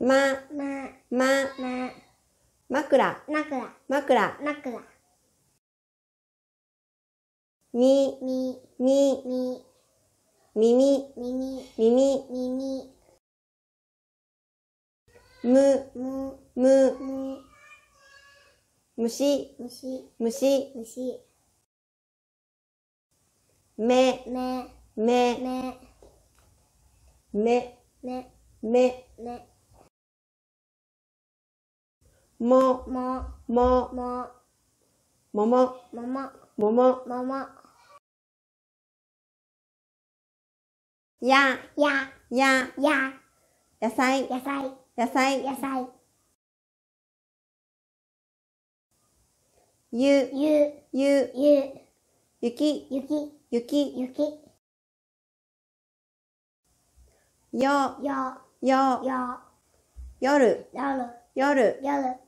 ま、ま、ま、ま、枕、まくら、枕。まくら。み、み、み、み、耳、みに、耳。みに、む、む、む、む、虫、むし、虫。むし、め、め、め、め、め、め、め。め、も、も、も、も、もも、もも、もも。もも、や、や、や、や、野菜、野野菜、菜。野菜、ゆ、ゆ、ゆ、ゆ、雪、ゆき、雪。ゆき、よ、よ、よ、よ、よ夜、る、夜。よる、